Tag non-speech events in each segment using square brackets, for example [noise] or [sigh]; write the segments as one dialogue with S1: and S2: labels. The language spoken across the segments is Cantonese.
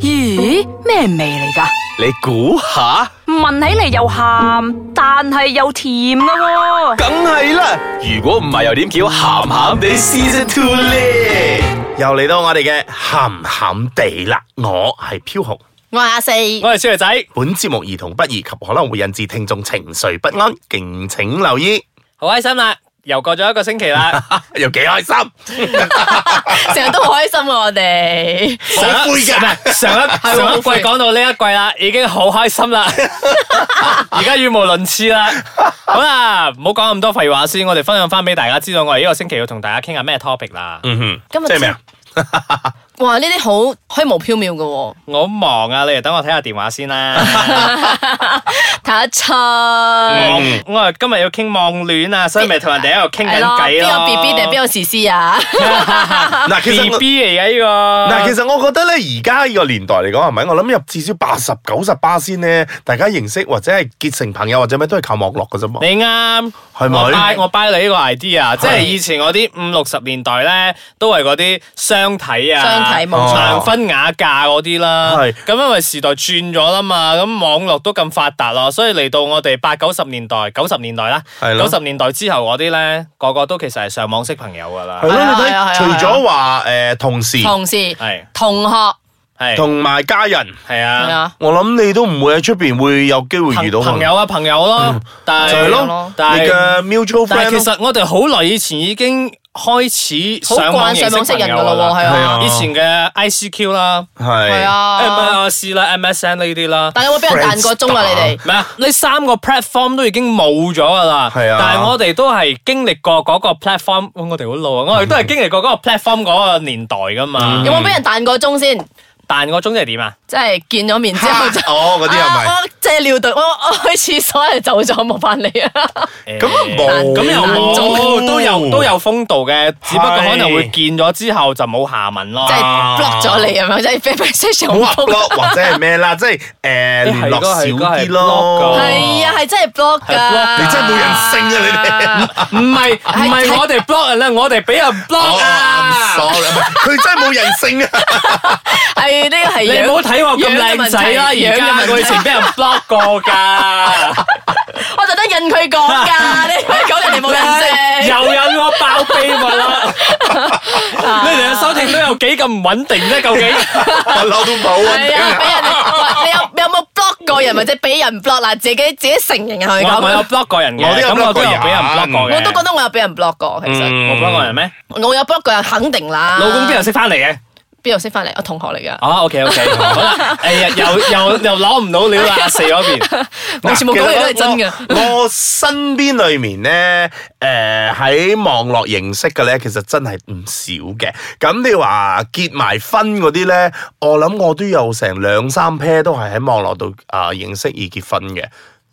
S1: 咦，咩味嚟噶？
S2: 你估下，
S1: 聞起嚟又鹹，但係又甜噶喎、
S2: 梗係啦。如果唔係，又點叫鹹鹹地 Season Two 咧？
S3: 又嚟到我哋嘅鹹鹹地啦，我係飄紅。
S4: 我係阿四，
S5: 我係小肥仔。
S3: 本節目兒童不宜及可能會引致聽眾情緒不安，敬請留意。 [laughs]
S5: 好開心啦，又過咗一個星期啦。
S3: 又幾開心，
S4: 成日都好開心啊！我哋
S3: [laughs] 好灰
S5: 唔
S2: 啊
S3: 嘅。
S5: 係
S3: [laughs]
S5: 上一
S4: 喎
S5: 上一季
S4: 好灰
S5: 講到呢一季啦，已經好開心啦，而家語無倫次啦。好啦，唔好講咁多廢話先，我哋分享翻俾大家知道，我哋呢個星期要同大家傾下咩 topic 啦。
S3: 嗯哼，
S4: 今日
S3: 即係咩啊？
S4: 哇呢啲好虛無縹緲嘅喎，
S5: 我好忙啊，你哋等我睇下電話先啦。
S4: 睇得出係
S5: 忙，
S3: 嗯
S5: 我話今日要傾網戀啊，所以咪同人哋喺嗯度傾緊
S4: 咯，邊
S5: 偈
S4: 個
S5: 咯。嗯
S4: B B
S5: [laughs]
S4: 定邊個時施啊？
S3: 嗱，其實
S5: B
S3: 我
S5: B 嚟嘅呢個。
S2: 啊
S3: 嗱，其實我覺得咧，而家呢個年代嚟講係咪？我諗入至少八十九十巴先咧，大家認識或者係結成朋友或者咩都係靠網絡嘅啫嘛。
S5: 你啱，
S3: 哦係咪
S5: 我 buy 我 buy 你呢個 idea，即係以前我啲五六十年代咧，都係嗰啲相睇啊、
S4: 相睇冇
S3: 錯
S5: 盲婚啞嫁嗰啲啦。
S3: 係
S5: 咁，因為時代轉咗啦嘛，咁網絡都咁發達咯，所以嚟到我哋八九十年代、九十年代啦，
S3: 係咯
S5: 九十年代之後嗰啲咧，個個都其實係上網識朋友噶啦
S3: 係，咯，
S4: 係啊
S3: 你
S4: 係啊係啊
S3: 睇，除咗話誒同事
S4: 同事、
S5: 係
S4: 同學
S5: 係
S3: 同埋家人，
S5: 係
S4: 係
S5: 啊，
S4: 啊，
S3: 我諗你都唔會喺出邊會有機會遇到佢
S5: 朋朋友啊朋友咯，但
S3: 就係
S5: 係
S3: 咯，你
S5: 但係
S3: 嘅 mutual
S5: 但
S3: friend
S5: 係
S3: 咯
S5: 其實我哋好耐以前已經開始
S4: 好
S5: 上
S4: 慣
S5: 網
S4: 上
S5: 認
S4: 網
S5: 識
S4: 識
S5: 朋
S4: 人
S5: 友
S4: 噶咯
S5: 噶啦
S4: 喎，。係
S3: 係
S4: 啊，
S3: 啊
S5: 以前嘅 ICQ 啦，
S3: 係
S4: 係
S5: 誒唔係
S4: 啊，
S5: 我試啦 MSN 呢啲啦，
S4: 但有冇俾人彈過鐘啊？你哋
S5: 咩啊？呢三個 platform 都已經冇咗噶啦，
S3: 係啊
S5: 但係我哋都係經歷過嗰個 platform，哇我哋好老啊！我哋都係經歷過嗰個 platform 嗰個年代噶嘛。
S4: 有冇俾人彈過鐘先？
S5: 但個鐘即係點啊？
S4: 即係見咗面之後就。
S3: [laughs] 哦，嗰啲係咪
S4: 啊？我即係尿遁，我我去廁所就走咗，冇翻嚟啊！
S3: 咁啊
S5: 誒
S3: 冇，
S5: 咁又冇，
S3: 冇
S5: 都有都有風度嘅，只不過
S3: 係
S5: 可能會見咗之後就冇下文咯
S4: 即。係 block 咗你咁樣，即係 Facebook s e s
S3: 冇 block 或者係咩啦，即係誒聯絡少啲咯。
S4: 係啊，係真係 block
S5: 哦係 block
S4: 噶。
S3: 你真係冇人性啊！
S5: 唔係唔係我哋 block 人啦，我哋俾人
S3: 你哋
S5: block 啊！
S3: 哦，I'm sorry，佢 [laughs] 真係冇人性啊！
S4: 係呢個係
S5: 你
S4: 樣
S5: 唔好睇我咁靚仔啦，
S4: 樣嘅
S5: 而
S4: 問題
S5: 家我以前俾人 block 過㗎，
S4: 我特登引佢講
S5: [laughs]
S4: 㗎，你講人哋冇人性。
S5: 又有我爆秘密啦！你哋嘅收聽都有幾咁唔穩定咧？究竟
S3: 我嬲都冇
S4: 係啊，
S3: 啊！
S4: 俾人哋喂你有有冇 block 過人或者俾人 block 嗱？自己自己承認啊，佢
S5: 我我有
S4: 講。
S5: block 過人嘅，
S3: 我都有
S5: 咁
S3: block
S5: 我都有
S3: 過
S5: 俾人
S3: 人
S5: block 過嘅。
S4: 我都覺得我有俾人 block 過，其實
S5: 我 block 過人咩？
S4: 我有 block 過人，肯定啦。
S5: 老公邊度識翻嚟嘅？
S4: 邊度識翻嚟？我同學嚟 [laughs] 㗎，
S5: 哦，OK Ờ, OK，好啦，哎呀，又又又攞唔到料啦，阿四嗰邊。
S4: 我全部講嘢都係真嘅。
S3: 我我身邊裏面咧，誒喺網絡認識嘅咧，其實真係唔少嘅。咁你話結埋婚嗰啲咧，我諗我都有成兩三 pair 都係喺網絡度啊認識而結婚嘅。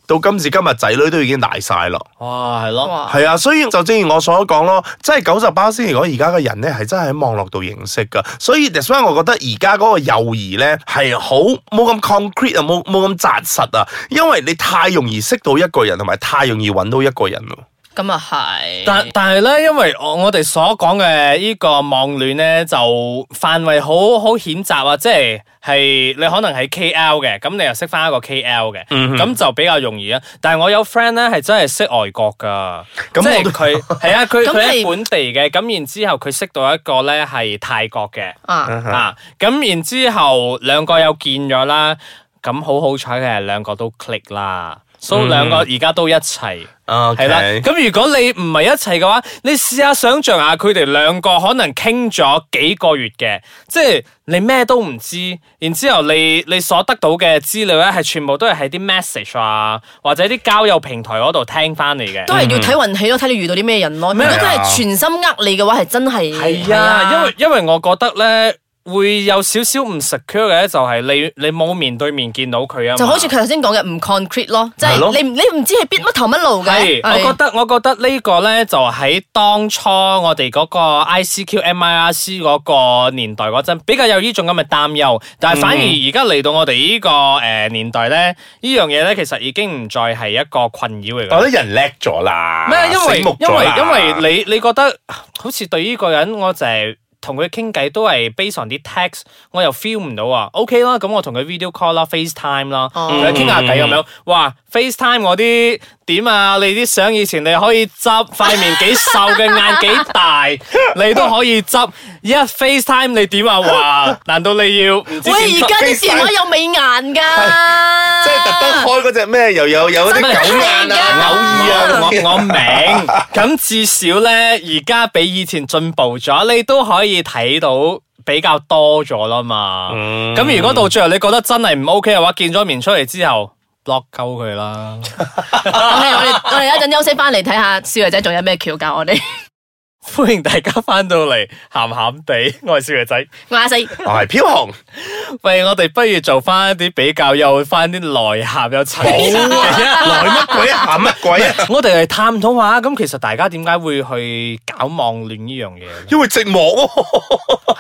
S3: 到今時今日，仔女都已經大晒咯。
S5: 哇，係咯，
S4: 哇！
S3: 係啊，所以就正如我所講咯，即係九十巴仙嚟講，而家嘅人咧係真係喺網絡度認識噶，所以 that's why 我覺得而家嗰個友誼咧係好冇咁 concrete 啊，冇冇咁扎實啊，因為你太容易識到一個人，同埋太容易揾到一個人咯。
S4: 咁啊係。
S3: 嗯
S5: 但但係咧，因為我我哋所講嘅呢個網戀咧，就範圍好好顯窄啊，即係係你可能喺 KL 嘅，咁你又識翻一個 KL 嘅，咁、
S3: 嗯
S5: 就比較容易啊。但係我有 friend 咧係真係識外國噶，
S3: 咁
S5: 即
S3: 我
S5: 係
S3: 都
S5: 佢係啊，佢
S4: 咁
S5: 佢
S4: 你
S5: 喺本地嘅，咁然之後佢識到一個咧係泰國嘅。
S4: 啊，
S3: 嗯
S5: 啊，咁然之後兩個又見咗啦，咁好好彩嘅係兩個都 click 啦，所
S3: 嗯
S5: 以兩個而家都一齊。
S3: 啊，
S5: 係啦，咁如果你唔係一齊嘅話，你試下想象下佢哋兩個可能傾咗幾個月嘅，即係你咩都唔知，然之後你你所得到嘅資料咧，係全部都係喺啲 message 啊，或者啲交友平台嗰度聽翻嚟嘅
S4: 都。係要睇運氣咯，睇你遇到啲咩人咯。如果
S3: 啊
S4: 佢係全心呃你嘅話，係真係
S5: 係啊，因為因為我覺得咧會有少少唔 secure 嘅，就係你你冇面對面見到佢啊嘛，
S4: 就好似佢頭先講嘅唔 concrete 咯，即
S3: 係咯
S4: 係你唔你唔知係邊乜頭乜路
S5: 係
S4: 嘅。，
S5: 我覺得我覺得呢個咧就喺當初我哋嗰個 ICQ、MIRC 嗰個年代嗰陣，比較有呢種咁嘅擔憂，但係反而而家嚟到我哋呢個誒年代咧，呢樣嘢咧其實已經唔再係一個困擾嚟㗎。
S3: 我覺得人叻咗啦，
S5: 咩？因為
S3: 啊醒目
S5: 因
S3: 咗
S5: 為
S3: 啦
S5: 因為你你覺得好似對呢個人我就係同佢傾偈都係 based on 啲 text，我又 feel 唔到啊。OK 啦，咁我同佢 video call 啦，FaceTime 啦，
S4: 哦
S5: 同佢傾下偈咁樣。哇，FaceTime 我啲點啊？你啲相以前你可以執塊面幾瘦嘅眼幾
S4: [laughs]
S5: 大，你都可以執。而家 FaceTime 你點啊？
S4: [laughs]
S5: 哇，難道你要唔知
S4: 喂，而
S5: 點執？
S4: 家啲電話有美顏㗎，
S3: 即係 [laughs] 特登開嗰隻咩，又有有啲
S5: [laughs] 真係
S3: 狗眼啊、偶耳啊
S5: 我
S3: 咁樣。
S5: 我明， [laughs] 咁至少咧，而家比以前進步咗，你都可以睇到比較多咗啦嘛。
S3: 嗯
S5: 咁、如果到最後你覺得真係唔 OK 嘅話，見咗面出嚟之後 block 鳩佢啦。
S4: OK，我哋我哋一陣休息翻嚟睇下少爺仔仲有咩橋教我哋。 [laughs]
S5: 歡迎大家翻到嚟，鹹鹹地，我係少爺仔。
S4: 我阿四，
S3: 我係飄
S5: [laughs]
S3: 紅，
S5: 喂，我哋不如做翻一啲比較有翻啲內涵有層次
S3: 來乜鬼啊，喊乜鬼啊？
S5: [laughs] 我哋嚟探討下，咁其實大家點解會去搞網戀呢樣嘢呢？
S3: 因為寂寞喎。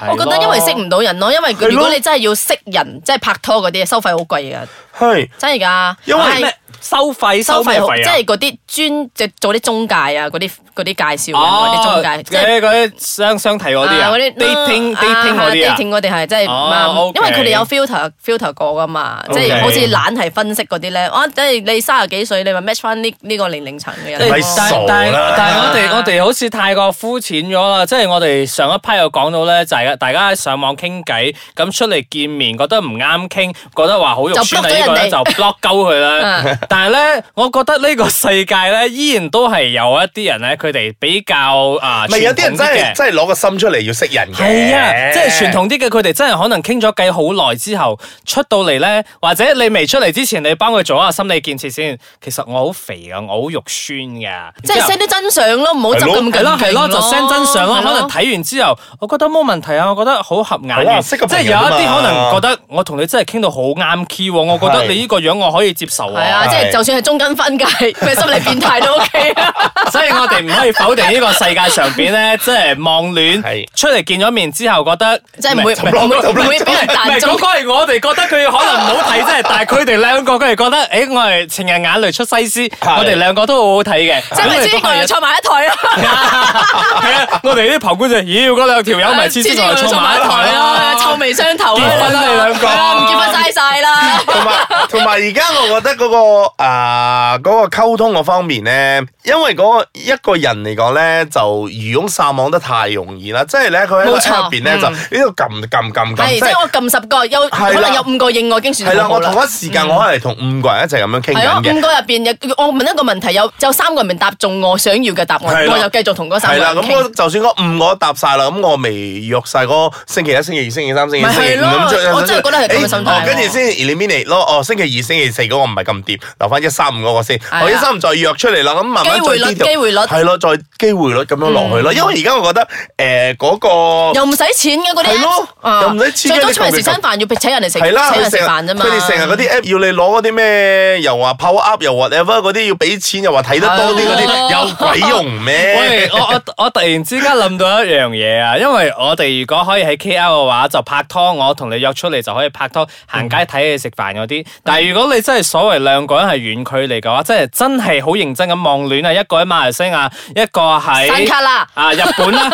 S5: 我
S4: 我覺得因為識唔到人咯，因為
S3: 係咯
S4: 如果你真係要識人，即係拍拖嗰啲，收費好貴㗎，
S3: 係
S4: 真係㗎。
S3: 因為
S4: 係
S5: 咩收費
S4: 收費
S5: 咩
S4: 好，即
S5: 啊
S4: 係嗰啲專即係做啲中介啊，嗰啲嗰啲介紹人
S5: 哦
S4: 嗰啲中介，即係
S5: 嗰啲嗰啲相相睇嗰啲啊
S4: 啊
S5: ，dating
S4: 啊
S5: dating 嗰啲啊
S4: dating 嗰啲係真係
S5: 哦
S4: 唔啱
S5: OK
S4: 因為佢哋有 filter filter 過噶嘛，即
S5: OK
S4: 係好似懶係分析嗰啲咧，啊，即係你三十幾歲，你咪 match 翻呢呢個年齡層嘅人
S5: 即
S3: 咪
S5: 係
S4: 咯。
S5: 但
S3: 傻啦
S5: 但但係我哋我哋好似太過膚淺咗啦，即係我哋上一批又講到咧，就係大家喺上網傾偈，咁出嚟見面覺得唔啱傾，覺得話好肉酸啊，
S4: 就 block
S5: 呢
S4: 咗
S5: 個咧
S4: 人哋
S5: 就 block 鳩佢啦 [laughs]
S4: 嗯。
S5: 但係咧，我覺得呢個世界咧，依然都係有一啲人咧，佢哋比較啊，
S3: 咪有啲人
S5: 傳統
S3: 真
S5: 嘅
S3: 係真係攞個心出嚟要識人嘅。
S5: 係啊，即係傳統啲嘅，佢哋真係可能傾咗偈好耐之後出到嚟咧，或者你未出嚟之前，你幫佢做一下心理建設先。其實我好肥噶，我好肉酸噶，
S4: 即係 send 啲真相咯，唔好執
S3: 係咯
S4: 咁緊
S5: 係
S4: 張
S5: 咯係咯，就 send 真相咯。
S4: 係
S5: 可能睇完之後，我覺得冇問題啊，我覺得好合眼
S3: 係啦
S5: 嘅。
S3: 識個
S5: 即
S3: 朋
S5: 係
S3: 友
S5: 有一啲
S3: 嘛
S5: 可能覺得我同你真係傾到好啱 key，喎我覺得
S3: 係
S5: 你呢個樣我可以接受
S4: 係
S5: 啊
S4: 啊，。 [laughs] 即
S3: 係
S4: 係就算係中間分界，咩心理變態都 OK 啊。
S5: [laughs] 所以我哋唔可以否定呢個世界上邊咧，即係網戀
S3: 係
S5: 出嚟見咗面之後，覺得
S4: 即係唔會
S5: 係
S4: 唔會唔會
S5: 唔
S4: [laughs] 俾人
S5: 係
S4: 彈中
S5: 嗰。個係我哋覺得佢可能唔好睇啫，
S4: [laughs]
S5: 但係佢哋兩個佢哋覺得，誒我係情人眼淚出西施，
S3: 係
S5: 我哋兩個都好好睇嘅，
S4: 即係咪
S5: 咁
S4: 先？
S5: 我
S4: 我
S5: 哋
S4: 哋
S5: 都係
S4: 坐埋一台啊！
S5: [laughs] 係啊，我哋啲旁觀者，妖嗰兩條友咪黐線我哋坐埋一台啦，
S4: 臭味相投啊！
S5: 結婚啦你兩個
S4: 係啊唔結婚嘥晒啦。
S3: 同埋 [laughs] 同埋而家我覺得嗰、個啊嗰、個溝通嗰方面咧，因為嗰個一個人嚟講咧，就漁翁撒網得太容易啦，即係咧佢喺個
S4: 冇錯
S3: app 入邊咧就
S5: 嗯
S3: 呢度撳撳撳撳，
S4: 係，即係我撳十個，有
S3: 係啦
S4: 可能有五個應我已經算
S3: 係啦，
S4: 好
S3: 我
S4: 好啦。
S3: 同一時
S5: 嗯
S3: 間我可能係同五個人一齊咁樣傾
S4: 係咯，
S5: 啊
S3: 緊嘅
S4: 五。個入邊有我問一個問題，有有三個人答中我想要嘅答案，
S3: 係啦
S4: 我就繼續同嗰三
S3: 係
S4: 個
S3: 啦，
S4: 人
S3: 咁我
S4: 傾。
S3: 就算嗰五我都答晒啦，咁我未約晒嗰星期一、星期二、星期三、星期四
S4: 咪係
S3: 咁
S4: 咯
S3: 出
S4: 我真係覺得係咁嘅心態
S3: 誒哦
S4: 喎
S3: 跟住先 eliminate 咯，哦，星期二、星期四嗰個唔係咁掂，留翻一三五嗰個先。
S4: 啊
S3: 我一三五再約出嚟啦，咁慢慢
S4: 機會率
S3: 再呢度
S4: 機會率嗯
S3: 係咯，再機會率咁樣落去咯。因為而家我覺得誒嗰個
S4: 又唔使錢嘅嗰啲
S3: 係咯
S4: apps，啊
S3: 又唔使錢嘅
S4: 最多
S3: 你
S4: 出嚟
S3: 求其
S4: 食餐飯要請人嚟食，
S3: 係啦，
S4: 請
S3: 佢
S4: 人食
S3: 成日
S4: 飯啫嘛。
S3: 佢哋成日嗰啲 app 要你攞嗰啲咩，又話 power up，又 whatever 嗰啲要俾錢，又話睇得多啲嗰啲，有鬼用
S5: 喂
S3: 咩，？
S5: 我我我突然之間諗到一樣嘢啊，因為我哋如果可以喺 K.L. 嘅話，就拍拖，我同你約出嚟就可以拍拖，行街睇戲食飯嗰啲。但係如果你真係所謂兩個人係遠距離嘅話，真係真係好認真咁網戀啊！一個喺馬來西亞，一個
S4: 山卡
S5: 喺
S4: 啦，
S5: 啊日本 [laughs] 啦。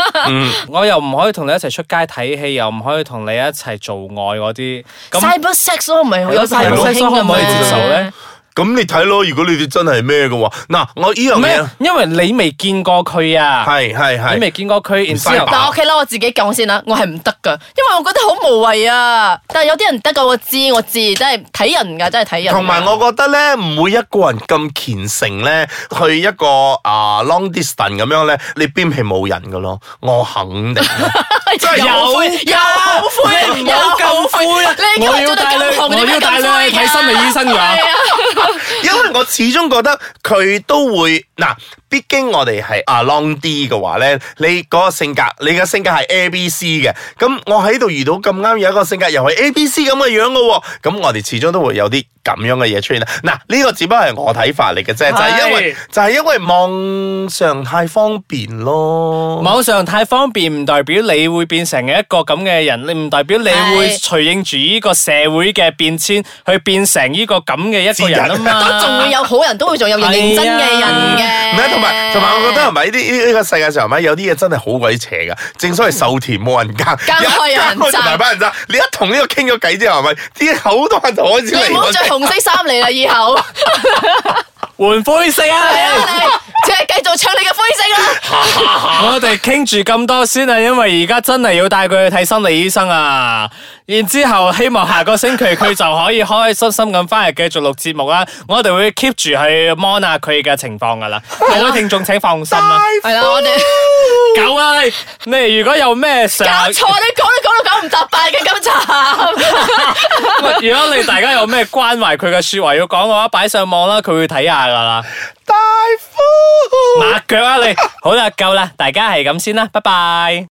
S5: 我又唔可以同你一齊出街睇戲，又唔可以同你一齊做愛嗰啲。咁
S4: cyber sex 咯，唔係好有時
S5: 係
S4: 好
S5: 咯
S4: 興㗎
S5: 可唔
S4: 嘛
S5: 可以接受咧？
S3: 咁你睇咯，如果你哋真係咩嘅話，嗱，我呢樣嘢
S5: 咩。？因為你未見過佢啊。
S3: 係係係，
S5: 你未見過佢，然之
S3: 使
S5: 後
S3: 吧
S4: 嗱，OK 啦，我自己講先啦，我係唔得噶，因為我覺得好無謂啊。但係有啲人得噶，我知我知，真係睇人㗎，真係睇人㗎。啊
S3: 同埋我覺得咧，唔會一個人咁虔誠咧，去一個啊 long distance 咁樣咧，你邊係冇人噶咯？我肯定咯，真係
S4: 有
S3: 有啊
S4: 悔有後悔，有後悔。你
S5: 啊我要帶你，我要帶你去
S4: 啊
S5: 睇心理醫生㗎。
S3: [laughs] 因為我始終覺得佢都會嗱，畢竟我哋係啊 long D 嘅話咧，你嗰個性格，你嘅性格係 A B C 嘅，咁我喺度遇到咁啱有一個性格又係 A B C 咁嘅樣嘅喎，咁我哋始終都會有啲咁樣嘅嘢出現啦。嗱，呢個只不過係我睇法嚟嘅啫，就係因為就係因為網上太方便咯。
S5: 網上太方便唔代表你會變成一個咁嘅人，你唔代表你會
S4: 係
S5: 隨應住呢個社會嘅變遷去變成呢個咁嘅一個人啊嘛。
S4: 都仲會有好人，都會仲有認真嘅人
S5: 係啊
S4: 嘅。
S3: 唔係，同同埋同埋，我覺得係咪呢呢呢個世界上係咪有啲嘢真係好鬼邪噶？正所謂瘦田冇人耕，
S4: 耕開有人
S3: 一耕開就大把人爭。你一同呢個傾咗偈之後，係咪啲好多人就開始
S4: 你
S3: 嚟
S4: 唔好
S3: 我
S4: 着
S3: 哋？
S4: 紅色衫嚟啦，
S3: [laughs]
S4: 以後係
S5: 換灰色啊！你
S4: 啊，你即係繼續唱你嘅灰
S5: [laughs]
S4: 色啦。
S5: 我哋傾住咁多先啊，因為而家真係要帶佢去睇心理醫生啊。然之後希望下個星期佢就可以開開心心咁翻嚟繼續錄節目啦。我哋會 keep 住去 mon 下佢嘅情況噶啦。各位聽眾請放心啦。
S4: 係啦，我哋
S5: 狗啊，你你如果有咩想，
S4: 搞錯，你講都講到九唔搭八嘅今集。
S5: 如果你大家有咩關懷佢嘅说話要講嘅話，擺上網啦，佢會睇下噶啦。
S3: 大夫。
S5: 抹腳啊你，好啦，夠啦，大家係咁先啦，拜拜。